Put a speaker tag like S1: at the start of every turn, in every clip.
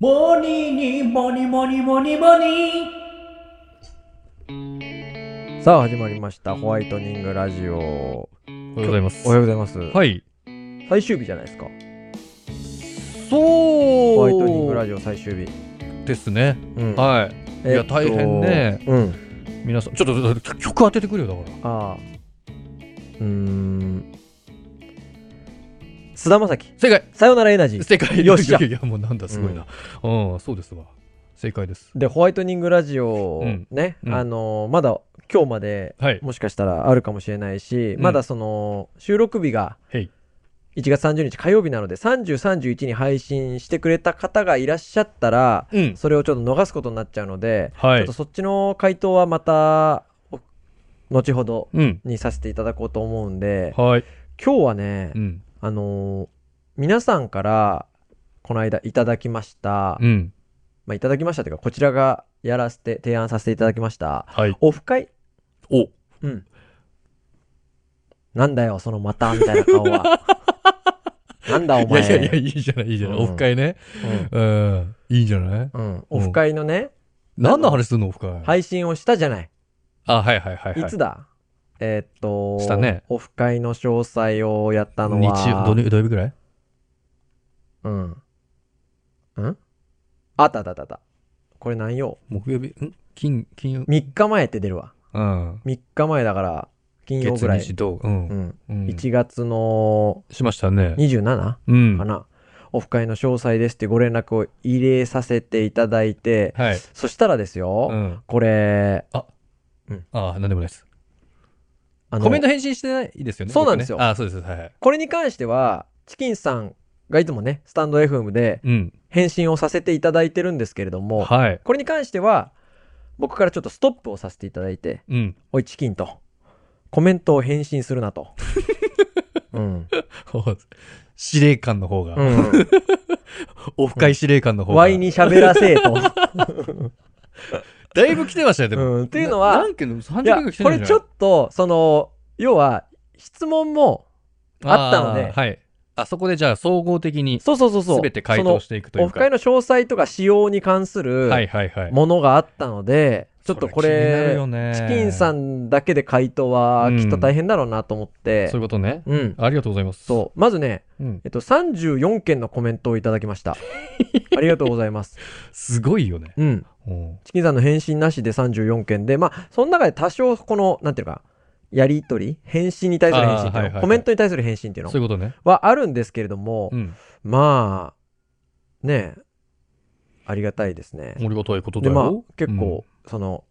S1: モニーにモニモニモニモニ
S2: さあ始まりましたホワイトニングラジ
S3: お
S2: オ
S3: はようございます。
S2: おはようございます、
S3: はい。
S2: 最終日じゃないですか
S3: そう。
S2: ホワイトニングラジオ最終日
S3: ですね。
S2: うん
S3: はい。いや大変ね
S2: うん
S3: 皆さん、ちょっと曲曲当ててくれよ、だから。
S2: ああうーん菅田将暉
S3: 正解
S2: さよならエナジー
S3: 正解
S2: よっしゃ
S3: いやいや、もうなんだ、すごいな。うん、そうですわ。正解です。
S2: でホワイトニングラジオ
S3: うん
S2: ね、
S3: うん
S2: あのーまだ今日まで
S3: はい。
S2: もしかしたらあるかもしれないし、
S3: うん
S2: まだその収録日が
S3: へい。
S2: 1月30日火曜日なので3031に配信してくれた方がいらっしゃったら
S3: うん。
S2: それをちょっと逃すことになっちゃうので、
S3: は
S2: ちょっ
S3: い
S2: と。そっちの回答はまたお後ほど
S3: うん。
S2: にさせていただこうと思うんで
S3: はい。
S2: 今日はね、
S3: うん。
S2: あのー皆さんからこの間いただきました、
S3: うん。
S2: まあ、いただきましたというかこちらがやらせて提案させていただきました
S3: はい。
S2: オフ会
S3: お
S2: うんなんだよそのまたみたいな顔は なんだお
S3: いや
S2: 前
S3: いやいや、いいじゃない、いいじゃない。
S2: うん
S3: オフ会ね。うん。いいんじゃない
S2: うんうん、オフ会のね、
S3: 何の話するの、オフ会。い。
S2: 配信をしたじゃない
S3: あ、はいはいはい
S2: い
S3: はい。
S2: つだえーっと、
S3: したね
S2: オフ会の詳細をやったの
S3: 日
S2: は、
S3: 曜、土土曜日ぐらい
S2: うん。んあったあったあったあった。これ何曜
S3: 木曜日ん金、金曜
S2: ?3 日前って出るわ。
S3: うん。
S2: 3日前だから、金曜ぐ
S3: 月
S2: ら
S3: 日
S2: い。
S3: 土。う。
S2: うんん。
S3: うん
S2: 1月の
S3: しましたね。
S2: 27か
S3: うん。
S2: な、オフ会の詳細ですってご連絡を入れさせていただいて、
S3: はい。
S2: そしたらですよ、
S3: うん。
S2: これ、
S3: ああ、なんでもないです。
S2: あの
S3: コメント返信してないですよね。
S2: そうなんですよ
S3: 僕ねああ、そうです。はいはい。
S2: これに関しては、チキンさんがいつもね、スタンド FM で
S3: うん。
S2: 返信をさせていただいてるんですけれども、
S3: はい。
S2: これに関しては、僕からちょっとストップをさせていただいて、
S3: うん。
S2: おい、チキンと、コメントを返信するなと。うん。
S3: 司令官の方が、
S2: うん。
S3: オフ会司令官の方が、
S2: ワイに喋らせえと。
S3: だいぶ来てましたよ、でも。
S2: うんっていうのは
S3: な何件でも30
S2: いや
S3: 件が来、て
S2: こ
S3: るん
S2: れ
S3: じゃない
S2: ちょっと、その、要は、質問も、あったの
S3: あ
S2: で
S3: ーはい。あそこでじゃあ、総合的に、
S2: そうそうそうそう。
S3: すべて回答していくとい
S2: オ
S3: う
S2: フ
S3: か。
S2: 会の詳細とか仕様に関する
S3: はいはいはい。
S2: ものがあったので、ちょっとこ
S3: そ気になるよ
S2: れ、
S3: ね
S2: チキンさんだけで回答はきっと大変だろうなと思って
S3: そうい、うことね。
S2: うん。
S3: ありがとうございます。
S2: そう。まずね、
S3: うん。
S2: えっと、34件のコメントをいただきました。ありがとうございます。
S3: すごいよね。
S2: うん。
S3: うん
S2: チキンさんの返信なしで34件で、まあ、その中で多少、この、なんていうか、やりとり返信に対する返信ってい
S3: あーはい
S2: うの、
S3: はいはい
S2: コメントに対する返信っていうの
S3: そういうことね。
S2: はあるんですけれども、
S3: うん。
S2: まあ、ねえ、ありがたいですね。
S3: ありがたいことだ
S2: で、
S3: よ。
S2: まあ、結構、その、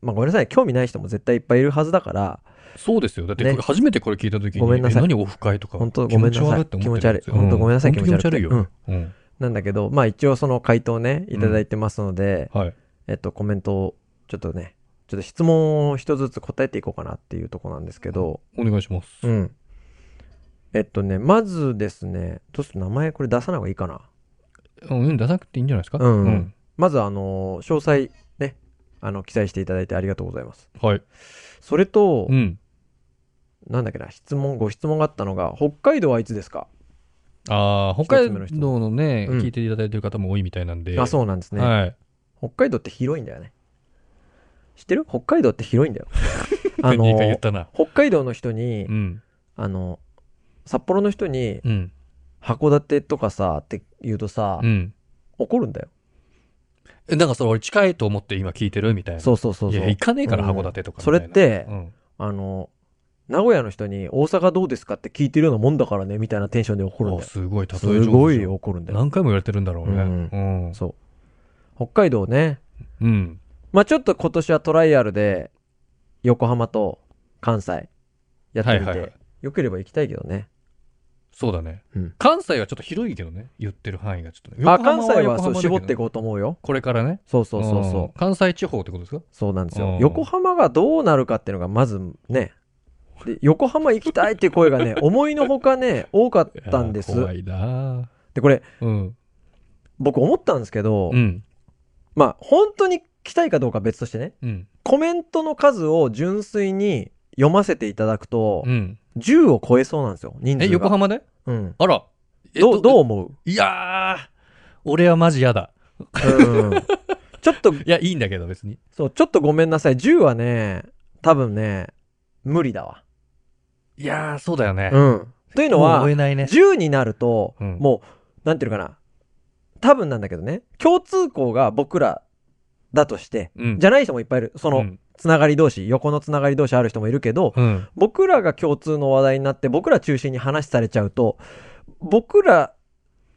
S2: まあ、ごめんなさい、興味ない人も絶対いっぱいいるはずだから、
S3: そうですよ。だって、
S2: ね
S3: これ初めてこれ聞いたときに、
S2: ごめんなさい
S3: え何オフ会とか。
S2: 本当ごめんなさい
S3: 気持ち悪って
S2: 気持ち悪い本当ごめんなさい
S3: 気持ち悪い
S2: 気持ち悪い
S3: よ。うん。
S2: なんだけど、まあ一応その回答をね、いただいてますので、
S3: はい。
S2: えっと、コメントを、ちょっとね、ちょっと質問を一つずつ答えていこうかなっていうところなんですけど、
S3: お願いします。
S2: うん。えっとね、まずですね、どうする名前これ出さない方がいいかな。
S3: うん、出さなくていいんじゃないですか。
S2: うんまず、あのー詳細ね、あの、記載していただいてありがとうございます。
S3: はい。
S2: それと
S3: う、ん。
S2: なんだっけな、質問、ご質問があったのが、北海道はいつですか
S3: ああ、北海道のね、
S2: うん
S3: 聞いていただいてる方も多いみたいなんで。
S2: あ、
S3: う
S2: そうなんですね。
S3: はい。
S2: 北海道って広いんだよね。知ってる北海道って広いん だよ。あの
S3: 何か言っ
S2: ー
S3: たな。
S2: 北海道の人に
S3: う、ん。
S2: あの、札幌の人に、
S3: うん。
S2: 函館とかさ、って言うとさ、
S3: うん。
S2: 怒るんだよ。
S3: え、なんかそれ俺近いと思って今聞いてるみたいな。
S2: そうそうそうそう。
S3: や、行かねえから、
S2: うん
S3: 函館とかみた
S2: そ
S3: いな。
S2: れって
S3: う、ん。
S2: あの、名古屋の人に大阪どうですかって聞いてるようなもんだからね、みたいなテンションで怒るん
S3: あ
S2: だよ。
S3: すごい、例え上手
S2: すごい。怒るんだよ。
S3: 何回も言われてるんだろうね。
S2: う
S3: うん。
S2: そう。北海道ね。
S3: うん。
S2: まあちょっと今年はトライアルで、横浜と関西やってみて、
S3: はいはいはい
S2: よければ行きたいけどね。
S3: そうだね
S2: うん。
S3: 関西はちょっと広いけどね。言ってる範囲がちょっとね。
S2: あ、
S3: 横浜
S2: 関西は
S3: 横
S2: そ
S3: 浜
S2: う
S3: だけど
S2: 絞っていこうと思うよ。
S3: これからね。
S2: そうそうそう
S3: うん
S2: そう。
S3: 関西地方ってことですか
S2: そうなんです
S3: う
S2: よ
S3: ん。
S2: 横浜がどうなるかっていうのがまずね、で横浜行きたいっていう声がね、 思いのほかね、多かったんです
S3: いやー。怖いな
S2: で、これ、
S3: ーうん。
S2: 僕思ったんですけど、
S3: うん。
S2: まあ、本当に来たいかどうかは別としてね、
S3: うん。
S2: コメントの数を純粋に読ませていただくと、
S3: うん。
S2: 10を超えそうなんですよ、人数
S3: え、
S2: が。
S3: 横浜で
S2: うん。
S3: あら。え
S2: どう
S3: ど
S2: どう思う
S3: いやー、俺はマジやだ。
S2: うん、 ちょっと
S3: いや、いいんだけど、別に。
S2: そうちょっとごめんなさい10はね多分ね無理だわ、
S3: いやー、そうだよね。
S2: うん、というの
S3: もう
S2: は
S3: 追えないね。
S2: 10になると、
S3: うん
S2: もうなんていうのかな多分なんだけどね共通項が僕らだとして
S3: うん
S2: じゃない人もいっぱいいるその、
S3: うん
S2: つながり同士横のつながり同士ある人もいるけど、
S3: うん。
S2: 僕らが共通の話題になって僕ら中心に話されちゃうと僕ら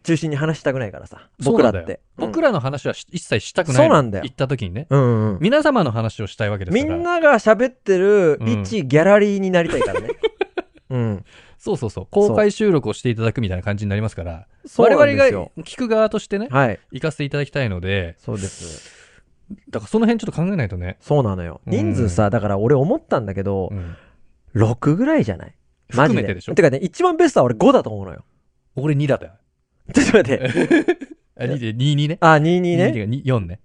S2: 中心に話したくないからさ僕らって
S3: 僕
S2: ら、
S3: らの話はし一切したくないの。
S2: そうなんだよ
S3: 行った時にね。
S2: うんうんうん
S3: 皆様の話をしたいわけです
S2: み
S3: から。
S2: んなが喋ってる
S3: うん
S2: 一ギャラリーになりた いからね、うん、
S3: そうそうそう。公開収録をしていただくみたいな感じになりますから。
S2: そう
S3: 我
S2: な
S3: 々
S2: んで
S3: が
S2: すよ
S3: 聞く側としてね、
S2: はい
S3: 行かせていただきたいので、
S2: そうです
S3: だからその辺ちょっと考えないとね。
S2: そうなのよ
S3: うん
S2: 人数さだから俺思ったんだけど、
S3: うん
S2: 6ぐらいじゃないマジ
S3: 含め
S2: で
S3: てでしょ
S2: てかね一番ベストは俺5だと思うのよ
S3: 俺2だったよ。
S2: ちょっと待って
S3: あ2で22ね。
S2: あ22ね
S3: 2 4ね。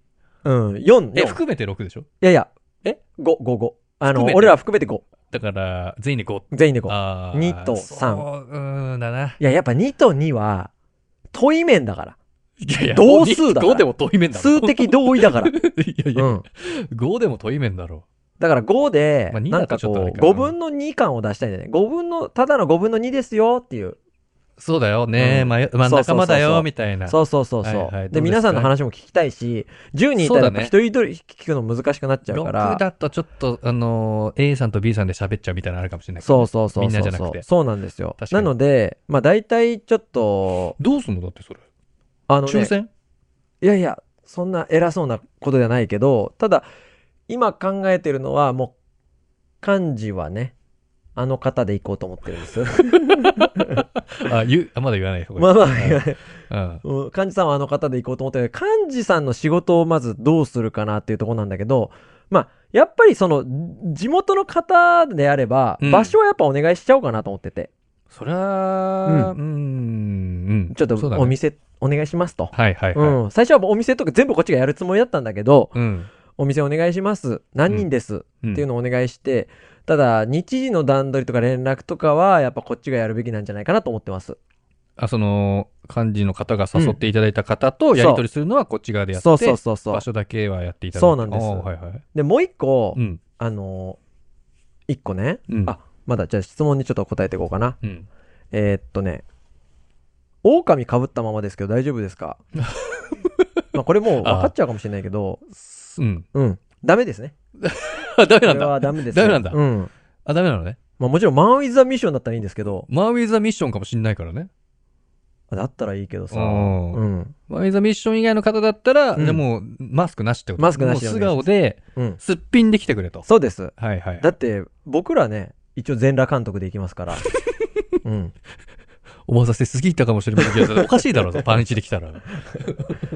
S2: うん4
S3: え、
S2: ね
S3: 含めて6でしょ
S2: いやいやえ555あの
S3: 含めて
S2: 俺ら含めて5
S3: だから、全員で5。
S2: 全員で5
S3: あー
S2: 2と3
S3: そううーんだな。
S2: いや、やっぱ2と2は、問い面だから。
S3: いやいや、
S2: 同数だから
S3: 5でも遠い面だろ。
S2: 数的同意 だから。
S3: いやいや、
S2: うん。
S3: 5でも遠い面だろ。
S2: だから5で、
S3: まあ2
S2: なんか
S3: だとちょっとあれ
S2: こう、
S3: かな
S2: 5分の2感を出したいんだよね。5分の、ただの5分の2ですよっていう。
S3: そうだよね、
S2: うん
S3: まあ、まあ
S2: そう
S3: 仲
S2: そうそうそう
S3: 間だよ、みたいな。
S2: そうそうそうそう。
S3: はいはいどうです
S2: で、
S3: か
S2: 皆さんの話も聞きたいし、10人いたらやっぱ一
S3: そ
S2: 人一人聞くの難しくなっちゃうから
S3: 6。だとちょっと、あのー A さんと B さんで喋っちゃうみたいなのあるかもしれないけど
S2: そうそうそ
S3: み
S2: う
S3: ん
S2: そ
S3: な
S2: う
S3: じゃな
S2: そ
S3: く
S2: う。
S3: て
S2: そうなんですよ
S3: 確。か
S2: な
S3: に
S2: ので、まあ大体ちょっと、
S3: どうすんのだってそれ。
S2: あの
S3: 抽
S2: ね、
S3: 選
S2: いやいや、そんな偉そうなことじゃないけど、ただ、今考えてるのは、もう、漢字はね、あの方で行こうと思ってるん です。
S3: あ、言う、あまだ言わない方
S2: ま
S3: がい
S2: あ
S3: い。
S2: まあ、
S3: うん。
S2: うん幹事さんはあの方で行こうと思ってるけど幹事さんの仕事をまずどうするかなっていうところなんだけど、まあ、やっぱりその、地元の方であれば、
S3: うん
S2: 場所はやっぱお願いしちゃおうかなと思ってて、
S3: そりゃあ、うーん、うん。
S2: ちょっと
S3: そうだね
S2: お店、お願いしますと。
S3: はいはいはい。
S2: うん、最初はもうお店とか全部こっちがやるつもりだったんだけど、
S3: うん。
S2: お店お願いします。何人です。
S3: うん
S2: っていうのをお願いして、ただ、日時の段取りとか連絡とかは、やっぱこっちがやるべきなんじゃないかなと思ってます。
S3: あその幹事の方が誘っていただいた方とやり取りするのはこっち側でやって、
S2: そうそうそうそう
S3: 場。所だけはやっていただいて
S2: そうなんです
S3: おーはいはい
S2: で、もう一個、
S3: うん
S2: あのー一個ね、
S3: うん
S2: あ、まだ、じゃあ質問にちょっと答えていこうかな。
S3: うん、
S2: えーっとね、狼かぶったままですけど大丈夫で すかまあこれもう分かっちゃうかもしれないけど、
S3: すうん、
S2: うん。ダメですね。
S3: あダメ
S2: こ
S3: な
S2: れ
S3: んだ
S2: は ダメです、
S3: ダメなんだ
S2: うん。
S3: あダメなのね
S2: まあもちろん、マン・ウィズ・ザ・ミッションだったらいいんですけど、
S3: マン・ウィザ・ミッションかもしんないからね
S2: だったらいいけどさ、
S3: うん
S2: うん。
S3: マン・ウィザ・ミッション以外の方だったら、
S2: うん
S3: でもマスクなしってこと
S2: マスクなしで
S3: も
S2: お
S3: う素
S2: 願いし
S3: 顔で
S2: うん。
S3: すっぴんできてくれと
S2: そうです。
S3: はいはい
S2: だって僕らね一応全裸監督で行きま すからうん
S3: お待たせすぎたかもしれませんけどおかしいだ ろうとパンイチできたら、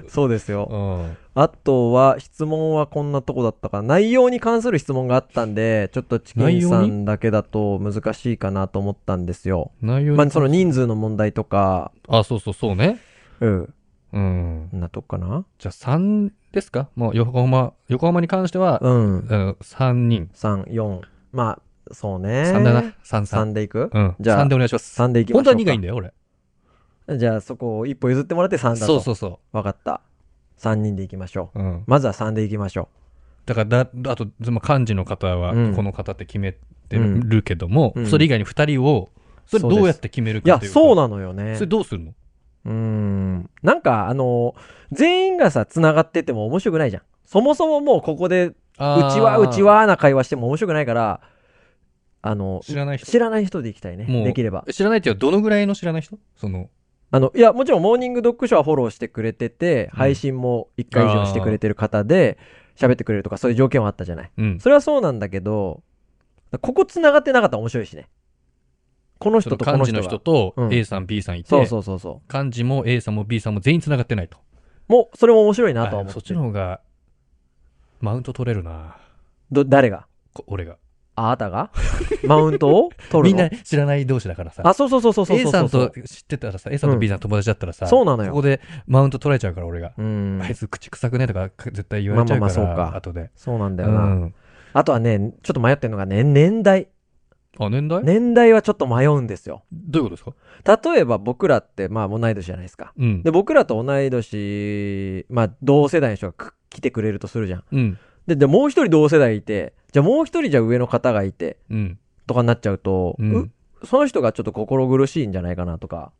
S2: そうですよ
S3: うん、
S2: あとは質問はこんなとこだったかな内容に関する質問があったんでちょっとチキンさ
S3: 内容
S2: んだけだと難しいかなと思ったんですよ
S3: 内容に
S2: まあその人数の問題とか
S3: あそうそうそうね
S2: うん
S3: うん
S2: こんなとこかな
S3: じゃあ3ですかもう横浜横浜に関しては、
S2: うん
S3: あの3人
S2: 34まあそうね
S3: 3だな33
S2: 3でいく
S3: うん
S2: じゃあ
S3: 3でお願いします
S2: 3でいきましょ
S3: 本
S2: う
S3: 当
S2: か
S3: は2がいいんだよ俺
S2: じゃあそこを一歩譲ってもらって3だと
S3: そうそうそ
S2: 分かった3人でいきましょ
S3: う、うん
S2: う、まずは3でいきましょ
S3: だからだあとその幹事の方は
S2: うん
S3: この方って決めて
S2: うん
S3: るけども、
S2: うん
S3: それ以外に2人をそれ
S2: そうです
S3: どうやって決める
S2: うい
S3: か
S2: や
S3: っていう
S2: そう
S3: な
S2: なのよね
S3: それどうするの
S2: うーん。なんか、あの全員がさ、繋がってても面白くないじゃん。そもそももうここで、う
S3: あー
S2: ちはうちはな会話しても面白くないから、あの、
S3: 知らない人
S2: 知らない人で行きたいね。
S3: もう
S2: できれば。
S3: 知らないっていうのはどのぐらいの知らない人その
S2: あの、いや、もちろんモーニングドッグショーはフォローしてくれてて、
S3: うん
S2: 配信も1回以上してくれてる方で、喋ってくれるとか、そういう条件はあったじゃない。
S3: うん
S2: それはそうなんだけど、ここ繋がってなかったら面白いしね。この
S3: そ
S2: 人
S3: の
S2: とこの
S3: 幹事の
S2: 人が。
S3: 人と
S2: うん
S3: A さん B さんいて、
S2: そうそうそうそ
S3: 幹事も A さんも B さんも全員つながってないと
S2: う。もう、それも面白いなと
S3: あ
S2: は思
S3: そ
S2: っ
S3: ってち
S2: る
S3: の。方がマウント取れるな
S2: ど誰が
S3: こ俺が
S2: あな たがマウントを取
S3: み
S2: る
S3: ん
S2: の
S3: な知らない同士だからさ
S2: あ、そうそうそうそうそう
S3: A
S2: そう
S3: さ
S2: そうん
S3: と知ってたらさ A さんと B さん友達だったらさ、
S2: そうなの
S3: そ
S2: よ。
S3: こでマウント取られちゃうから俺が、
S2: うん
S3: あ。いつ口臭くねとか絶対言われちゃうから、
S2: まあまあまあそうか
S3: 後で
S2: そうなんだ
S3: う
S2: よな。
S3: ん
S2: あとはね、ちょっと迷ってるのがね、年代。
S3: あ、年代
S2: 年代はちょっと迷うんですよ。
S3: どういうことですか
S2: 例えば僕らって、まあ同い年じゃないですか。
S3: うん。
S2: で、僕らと同い年、まあ同世代の人がく来てくれるとするじゃん。
S3: うん。
S2: で、で、もう一人同世代いて、じゃあもう一人じゃ上の方がいて、
S3: うん。
S2: とかになっちゃうと、
S3: うん。
S2: うその人がちょっと心苦しいんじゃないかなとか、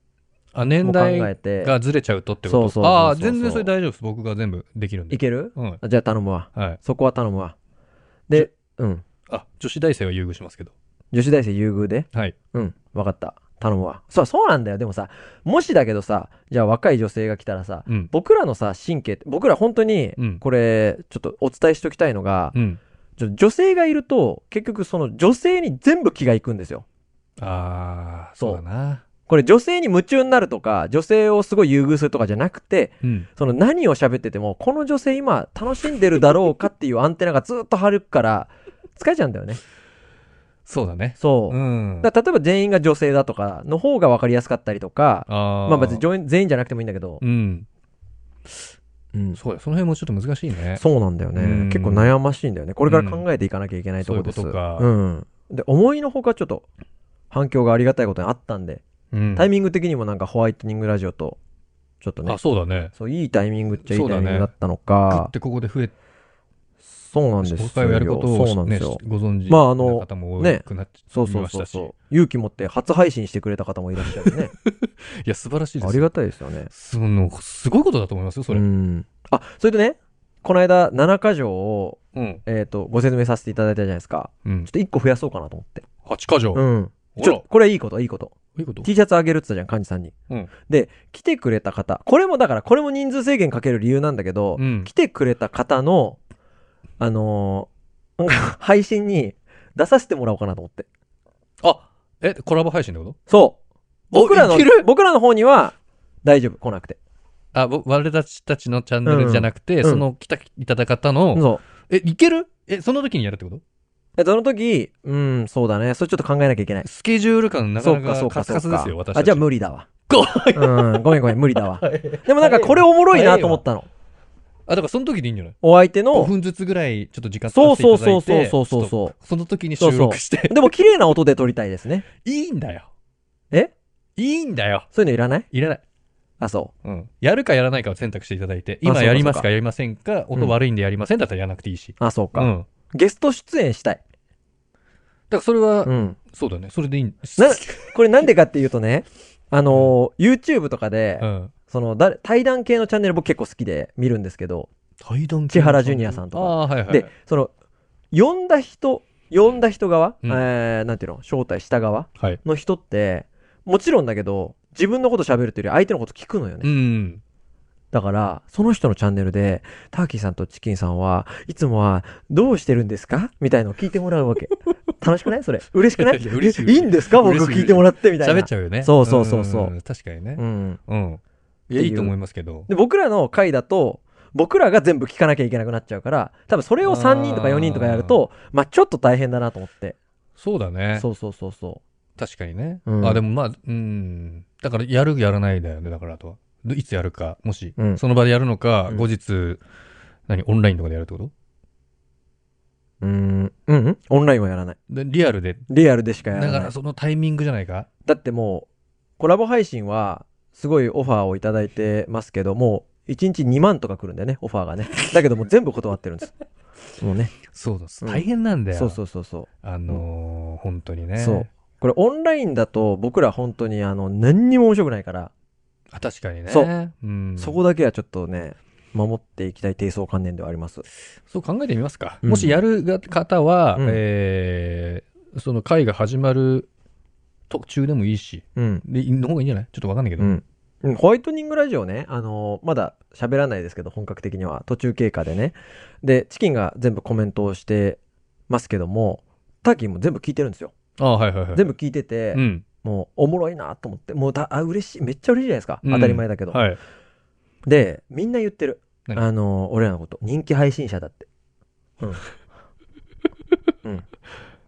S3: あ、
S2: も
S3: 年
S2: う考え
S3: 代
S2: て。
S3: がずれちゃうとってこと
S2: そうそうそうそう
S3: ああ、全然それ大丈夫です。僕が全部できるんで。
S2: いける
S3: うん。
S2: あじゃあ頼むわ。
S3: はい。
S2: そこは頼むわ。で、うん。
S3: あ、女子大生は優遇しますけど。
S2: 女子大生優遇で
S3: はい。
S2: うん、わかった。頼むわ。そう、そうなんだよ。でもさ、もしだけどさ、じゃあ若い女性が来たらさ、
S3: うん。
S2: 僕らのさ、神経って、僕ら本当に
S3: う、ん
S2: これ、ちょっとお伝えしときたいのが、
S3: うん。
S2: ちょ女性がいると、結局その女性に全部気がいくんですよ。
S3: ああ、
S2: そう
S3: そうだな。
S2: これ女性に夢中になるとか、女性をすごい優遇するとかじゃなくて、
S3: うん。
S2: その何を喋ってても、この女性今楽しんでるだろうかっていうアンテナがずっと張るから、疲れちゃうんだよね。
S3: そうだね。
S2: そう。
S3: うん。
S2: だから例えば全員が女性だとかの方が分かりやすかったりとか、
S3: ああ。
S2: まあ別に全員全員じゃなくてもいいんだけど、
S3: うん。
S2: うん
S3: そうだよその辺もちょっと難しいね。
S2: そうなんだよね、
S3: うん
S2: 結構悩ましいんだよねこれから考えていかなきゃいけないところです、
S3: そういうことか
S2: うんで思いのほかちょっと反響がありがたいことにあったんで、
S3: うん
S2: タイミング的にもなんかホワイトニングラジオとちょっとね
S3: あ、そうだね。
S2: そういいタイミングっちゃいい
S3: そう
S2: タ
S3: だ
S2: イミ
S3: ね
S2: ングだったの
S3: グ
S2: か
S3: ッてここで増えて、
S2: そう,、なんです
S3: 紹介をやることを
S2: そうなん
S3: ね
S2: ですよ、
S3: ご存知
S2: まああの
S3: の方も多くなって
S2: そう
S3: き
S2: そ
S3: ま
S2: う
S3: し
S2: そう
S3: たし。
S2: そう勇気持って初配信してくれた方もいらっしゃるね
S3: いや、素晴らしいで
S2: あ
S3: す
S2: り
S3: よ。
S2: がたいですよね
S3: その、すごいことだと思いますよ、それ
S2: う。んあそれとねこの間7か条を、
S3: うん。
S2: えー、とご説明させていただいたじゃないですか
S3: うん
S2: ちょっ。と1個増やそうかなと思って
S3: 8か条。
S2: う
S3: あ
S2: ん
S3: ら
S2: ちょ、これいいこと、いいこと。
S3: いいこと
S2: T シャツあげるって言ったじゃん、幹事さんに。
S3: うん
S2: で、来てくれた方、これもだから、これも人数制限かける理由なんだけど、
S3: うん
S2: 来。てくれた方の、あのー配信に出させてもらおうかなと思って。
S3: あ、え、コラボ配信ってこと
S2: そう。
S3: お
S2: 僕らの
S3: いける、
S2: 僕らの方には大丈夫、来なくて。
S3: あ、ぼ我たちたちのチャンネルじゃなくて、
S2: うん
S3: その来た、いただかったのを、
S2: そう。
S3: え、いけるえ、その時にやるってこと
S2: えその時、うん、そうだね。それちょっと考えなきゃいけない。
S3: スケジュール感なか
S2: そう
S3: な
S2: か、そ
S3: か
S2: う
S3: カ
S2: か、
S3: スカス
S2: そう
S3: で
S2: か
S3: すよ、私。た
S2: あ、
S3: ち
S2: じゃあ無理だわ。
S3: ご
S2: うん、ごめんごめん、無理だわ。でもなんかこれおもろいなと思ったの。
S3: あ、だからその時でいいんじゃない
S2: お相手
S3: ?5
S2: の、
S3: 分ずつぐらい、ちょっと時間
S2: そ
S3: 使って
S2: う
S3: い
S2: そ
S3: た
S2: う
S3: だ
S2: そう
S3: い
S2: そう
S3: て、
S2: そうそう
S3: ちょっ
S2: そう。
S3: とその時に収録して、
S2: でも綺麗な音で撮りたいですね。
S3: いいんだよ。
S2: え
S3: いいんだよ。
S2: そういうのいらない
S3: いらない。
S2: あ、そ
S3: うん。やるかやらないかを選択していただいて、
S2: あそうか
S3: 今やります
S2: そうか
S3: かやりませんか、
S2: う
S3: 音
S2: ん
S3: 悪いんでやりませんだったらやらなくていいし。
S2: う。あ、そう
S3: う
S2: か。
S3: ん。
S2: ゲスト出演したい。
S3: だからそれは
S2: う、ん。
S3: そうだね。それでいいんです。
S2: な、これなんでかっていうとね、あのー YouTube とかで、
S3: うん。
S2: その、誰、対談系のチャンネル僕結構好きで見るんですけど、
S3: 対談
S2: 千原ジュニアさんとか
S3: ああ、はいはい。
S2: で、その、呼んだ人、呼んだ人側、
S3: うん
S2: えー、なんていうの、招待した側
S3: はい。
S2: の人って、もちろんだけど、自分のこと喋るというより相手のこと聞くのよね。
S3: うん。
S2: だから、その人のチャンネルで、ターキーさんとチキンさんはいつもはどうしてるんですかみたいのを聞いてもらうわけ。楽しくないそれ。嬉しくない
S3: いや嬉しい
S2: えいいんですか僕
S3: 嬉しい
S2: 聞いてもらってみたいな。
S3: 喋っちゃうよね。
S2: そうそうそうそうん
S3: 確かにね
S2: う。ん。
S3: うん。い
S2: ってい
S3: や、
S2: う
S3: いいと思いますけど。
S2: で、僕らの回だと、僕らが全部聞かなきゃいけなくなっちゃうから、多分それを3人とか4人とかやると、まあちょっと大変だなと思って。
S3: そうだね。
S2: そうそうそうそ
S3: 確かにね。
S2: うん
S3: あ、でもまあ、うん。だから、やる、やらないだよね。だから、あとは。どいつやるか、もし、
S2: うん
S3: その場でやるのか、
S2: うん
S3: 後日、何、オンラインとかでやるってこと
S2: う。うーん。うん、うん。オンラインはやらない。
S3: でリアルで。
S2: リアルでしかや
S3: だ
S2: ら
S3: か
S2: ない
S3: ら、。そのタイミングじゃないか
S2: だってもう、コラボ配信は、すごいオファーをいただいてますけども、1日2万とか来るんだよね、オファーがね。だけどもう全部断ってるんです。もうね。
S3: そうです。
S2: うん
S3: 大変なんだよ。
S2: そうそうそうそ
S3: あのー本当に
S2: う。
S3: ね。
S2: そう。。これオンラインだと僕ら本当にあの、何にも面白くないから、
S3: あ、確かにね。。
S2: そう
S3: ん。
S2: そこだけはちょっとね、守っていきたい低層観念ではあります。
S3: そう考えてみますか。
S2: うん
S3: もしやるが方は、
S2: うん
S3: えーその会が始まる途中でもいいし、
S2: うん。
S3: で、の方がいいんじゃないちょっとわかんないけど。
S2: うん。うんホワイトニングラジオね、あのーまだ喋らないですけど、本格的には、途中経過でね。で、チキンが全部コメントをしてますけども、ターキーも全部聞いてるんですよ。
S3: ああ、はいはいはい。
S2: 全部聞いてて、
S3: うん。
S2: もうおもろいなと思って、もうだ、あ、嬉しい、めっちゃ嬉しいじゃないですか。
S3: うん
S2: 当たり前だけど。
S3: はい。
S2: で、みんな言ってる。
S3: 何
S2: あの、俺らのこと、人気配信者だって。うん。うん、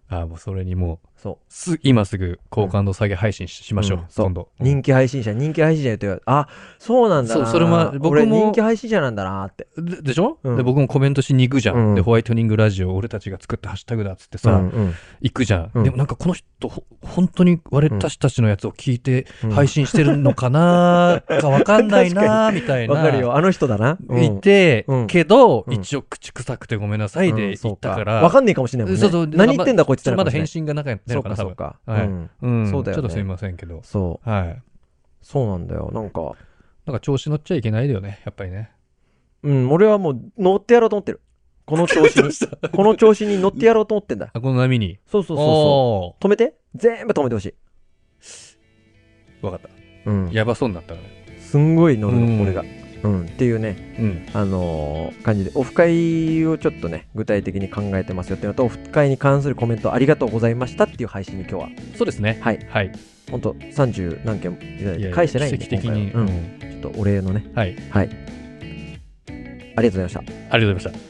S3: ああ、もうそれにもう、
S2: そう。
S3: す、今すぐ好感度下げ配信ししましょう。
S2: うんそう
S3: 今度。
S2: 人気配信者、人気配信者言って言われてあ、そうなんだな。
S3: そうそれも僕も
S2: 俺人気配信者なんだなって。
S3: ででしょ、
S2: うん
S3: で、僕もコメントしに行くじゃん。
S2: うん
S3: で、ホワイトニングラジオ、俺たちが作ったハッシュタグだっつってさ、
S2: うん
S3: 行くじゃん。
S2: うん
S3: でもなんかこの人、ほ本当に私たちのやつを聞いて
S2: うん
S3: 配信してるのかな かわかんないなみた
S2: う
S3: い
S2: ん
S3: な。
S2: わかるよ。あの人だな。うん
S3: いて、
S2: うん
S3: けど、
S2: うん
S3: 一応口臭くてごめんなさいで行ったから。
S2: わかんねえかもしれないもんね。
S3: そうそう
S2: 何言ってんだこいつってなる
S3: ま
S2: かも
S3: だ
S2: しれな
S3: 返
S2: い
S3: 信がなかった
S2: そう
S3: のかな、
S2: か
S3: 多
S2: そう
S3: 分。
S2: か。
S3: はい
S2: うん
S3: うん。
S2: そうだよ
S3: ち
S2: ね
S3: ょっとすいませんけど。
S2: そう。
S3: はい。
S2: そうなんだよ。なんか、
S3: なんか調子乗っちゃいけないだよね、やっぱり ね。
S2: うん、俺はもう乗ってやろうと思ってる。この調 子に、この調子に乗ってやろうと思ってんだ。
S3: あ、この波に。
S2: そうそうそうそ
S3: お
S2: う。止めて全部止めてほしい。
S3: ーわかった。
S2: うん。
S3: やばそうになったからね。
S2: すんごい乗る
S3: うん
S2: の、俺が。うん。っていうね。
S3: うん。
S2: あのー感じでオフ会をちょっとね具体的に考えてますよっていうのとオフ会に関するコメントありがとうございましたっていう配信に今日は
S3: そうですね。
S2: はい
S3: はい。
S2: 本当30何件もいただい
S3: いや
S2: て
S3: や
S2: 返してないんで
S3: 奇跡的に。
S2: 今回は
S3: うん
S2: うんちょっとお礼のね
S3: はい。
S2: はいありがとうございました
S3: ありがとうございました。